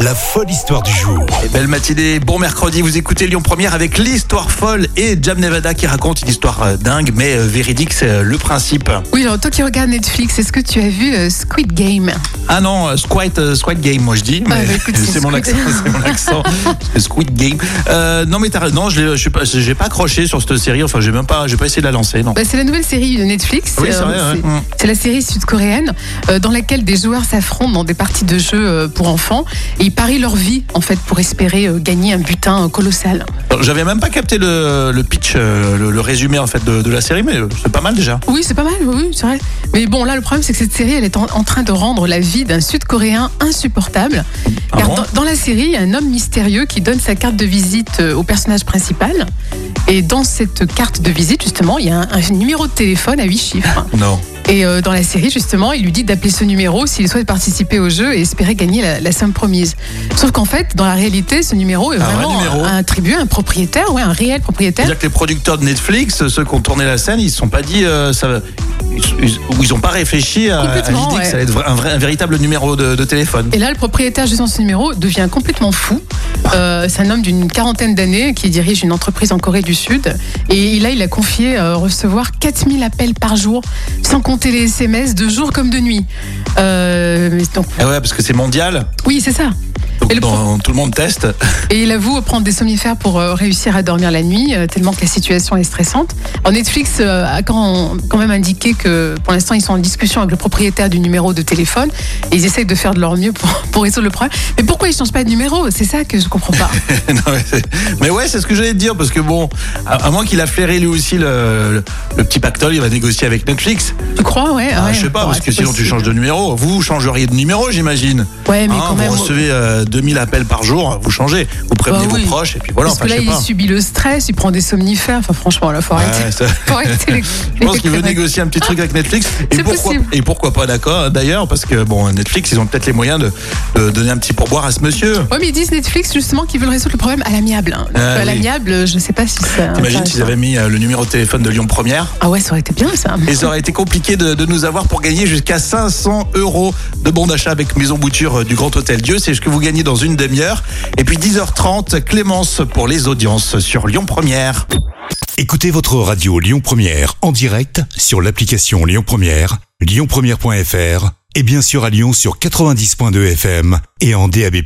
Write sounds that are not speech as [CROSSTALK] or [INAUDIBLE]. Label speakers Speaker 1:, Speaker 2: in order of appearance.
Speaker 1: La folle histoire du jour.
Speaker 2: Et belle matinée, bon mercredi, vous écoutez Lyon Première avec l'histoire folle et Jam Nevada qui raconte une histoire euh, dingue mais euh, véridique, c'est euh, le principe.
Speaker 3: Oui, alors toi qui regardes Netflix, est-ce que tu as vu euh, Squid Game
Speaker 2: Ah non, euh, Squid, euh, Squid Game moi je [LAUGHS] dis, mais
Speaker 3: Ah, bah, écoute, c'est
Speaker 2: c'est mon
Speaker 3: Squid.
Speaker 2: accent, c'est mon
Speaker 3: [LAUGHS]
Speaker 2: accent, Squid Game. Euh, non mais t'as- non, je l'ai- je suis pas- j'ai pas, accroché sur cette série, enfin j'ai même pas, j'ai pas essayé de la lancer, non.
Speaker 3: Bah, C'est la nouvelle série de Netflix.
Speaker 2: Oui, c'est vrai, ouais.
Speaker 3: c'est-
Speaker 2: Mm.
Speaker 3: c'est la série sud-coréenne euh, dans laquelle des joueurs s'affrontent dans des parties de jeux euh, pour enfants et ils parient leur vie en fait pour espérer euh, gagner un butin euh, colossal.
Speaker 2: Alors, J'avais même pas capté le, le pitch, euh, le, le résumé en fait de, de la série, mais euh, c'est pas mal déjà.
Speaker 3: Oui, c'est pas mal, oui, oui, c'est vrai. Mais bon, là, le problème, c'est que cette série, elle est en, en train de rendre la vie d'un Sud-Coréen insupportable.
Speaker 2: Ah
Speaker 3: car
Speaker 2: bon
Speaker 3: dans, dans la série, il y a un homme mystérieux qui donne sa carte de visite euh, au personnage principal. Et dans cette carte de visite, justement, il y a un, un numéro de téléphone à huit chiffres.
Speaker 2: Non.
Speaker 3: Et euh, dans la série, justement, il lui dit d'appeler ce numéro s'il souhaite participer au jeu et espérer gagner la, la somme promise. Sauf qu'en fait, dans la réalité, ce numéro est
Speaker 2: vrai
Speaker 3: vraiment
Speaker 2: numéro.
Speaker 3: un, un tribu, un propriétaire, ouais, un réel propriétaire.
Speaker 2: C'est-à-dire que les producteurs de Netflix, ceux qui ont tourné la scène, ils ne sont pas dit, euh, ça, va- ils, ou ils ont pas réfléchi à, à
Speaker 3: Complètement,
Speaker 2: l'idée que
Speaker 3: ouais.
Speaker 2: ça allait être vra- un, vrai- un véritable numéro de, de téléphone.
Speaker 3: Et là, le propriétaire de ce numéro devient complètement fou. Euh, c'est un homme d'une quarantaine d'années qui dirige une entreprise en Corée du Sud. Et là, il a confié euh, recevoir 4000 appels par jour, sans compter les SMS de jour comme de nuit. Euh, mais donc,
Speaker 2: Ah ouais, parce que c'est mondial,
Speaker 3: oui, c'est ça.
Speaker 2: donc
Speaker 3: Et le
Speaker 2: dans- tout le monde teste. [LAUGHS]
Speaker 3: Et il avoue prendre des somnifères pour euh, réussir à dormir la nuit, euh, tellement que la situation est stressante. En Netflix euh, a quand, quand même indiqué que pour l'instant, ils sont en discussion avec le propriétaire du numéro de téléphone et ils essayent de faire de leur mieux pour, [LAUGHS] pour résoudre le problème. Mais pourquoi ils changent pas de numéro C'est ça que je
Speaker 2: [LAUGHS]
Speaker 3: comprends pas.
Speaker 2: Non, mais, c'est- mais ouais, c'est ce que j'allais te dire, parce que bon, à, à moins qu'il a flairé lui aussi le, le- le petit pactole, il va négocier avec Netflix.
Speaker 3: tu crois Ouais,
Speaker 2: Ah,
Speaker 3: ouais.
Speaker 2: je sais pas,
Speaker 3: Bon,
Speaker 2: parce
Speaker 3: c'est
Speaker 2: que sinon tu
Speaker 3: possible.
Speaker 2: changes de numéro. Vous, vous changeriez de numéro, j'imagine.
Speaker 3: Ouais, mais
Speaker 2: Hein,
Speaker 3: quand même.
Speaker 2: vous recevez euh, 2000 appels par jour, vous changez, vous prévenez
Speaker 3: Bah oui.
Speaker 2: vos proches, et puis voilà,
Speaker 3: Parce
Speaker 2: enfin,
Speaker 3: que là,
Speaker 2: je sais
Speaker 3: il
Speaker 2: pas.
Speaker 3: subit le stress, il prend des somnifères. Enfin, franchement, là, faut arrêter.
Speaker 2: Ouais, ça-
Speaker 3: [LAUGHS] Faut arrêter les-
Speaker 2: [LAUGHS] Je pense
Speaker 3: les
Speaker 2: qu'il veut
Speaker 3: conneries.
Speaker 2: négocier un petit truc avec Netflix. Et
Speaker 3: C'est
Speaker 2: pourquoi,
Speaker 3: possible.
Speaker 2: et pourquoi pas d'accord d'ailleurs Parce que bon, Netflix, ils ont peut-être les moyens de, de donner un petit pourboire à ce monsieur.
Speaker 3: Ouais, mais ils disent Netflix justement qu'ils veulent résoudre le problème à l'amiable. hein. Donc,
Speaker 2: Ah,
Speaker 3: à
Speaker 2: oui.
Speaker 3: l'amiable, je sais pas si ça.
Speaker 2: T'imagines
Speaker 3: intéresse.
Speaker 2: s'ils avaient mis euh, le numéro de téléphone de Lyon Première
Speaker 3: Ah ouais, ça aurait été bien ça.
Speaker 2: et ça aurait été compliqué de, de nous avoir pour gagner jusqu'à 500 euros de bon d'achat avec Maison Bouture euh, du Grand Hôtel Dieu. C'est ce que vous gagnez dans une demi-heure. Et puis 10h30, Clémence pour les audiences sur Lyon Première.
Speaker 1: Écoutez votre radio Lyon Première en direct sur l'application Lyon Première, lyonpremière.fr et bien sûr à Lyon sur 90.2 FM et en DAB+.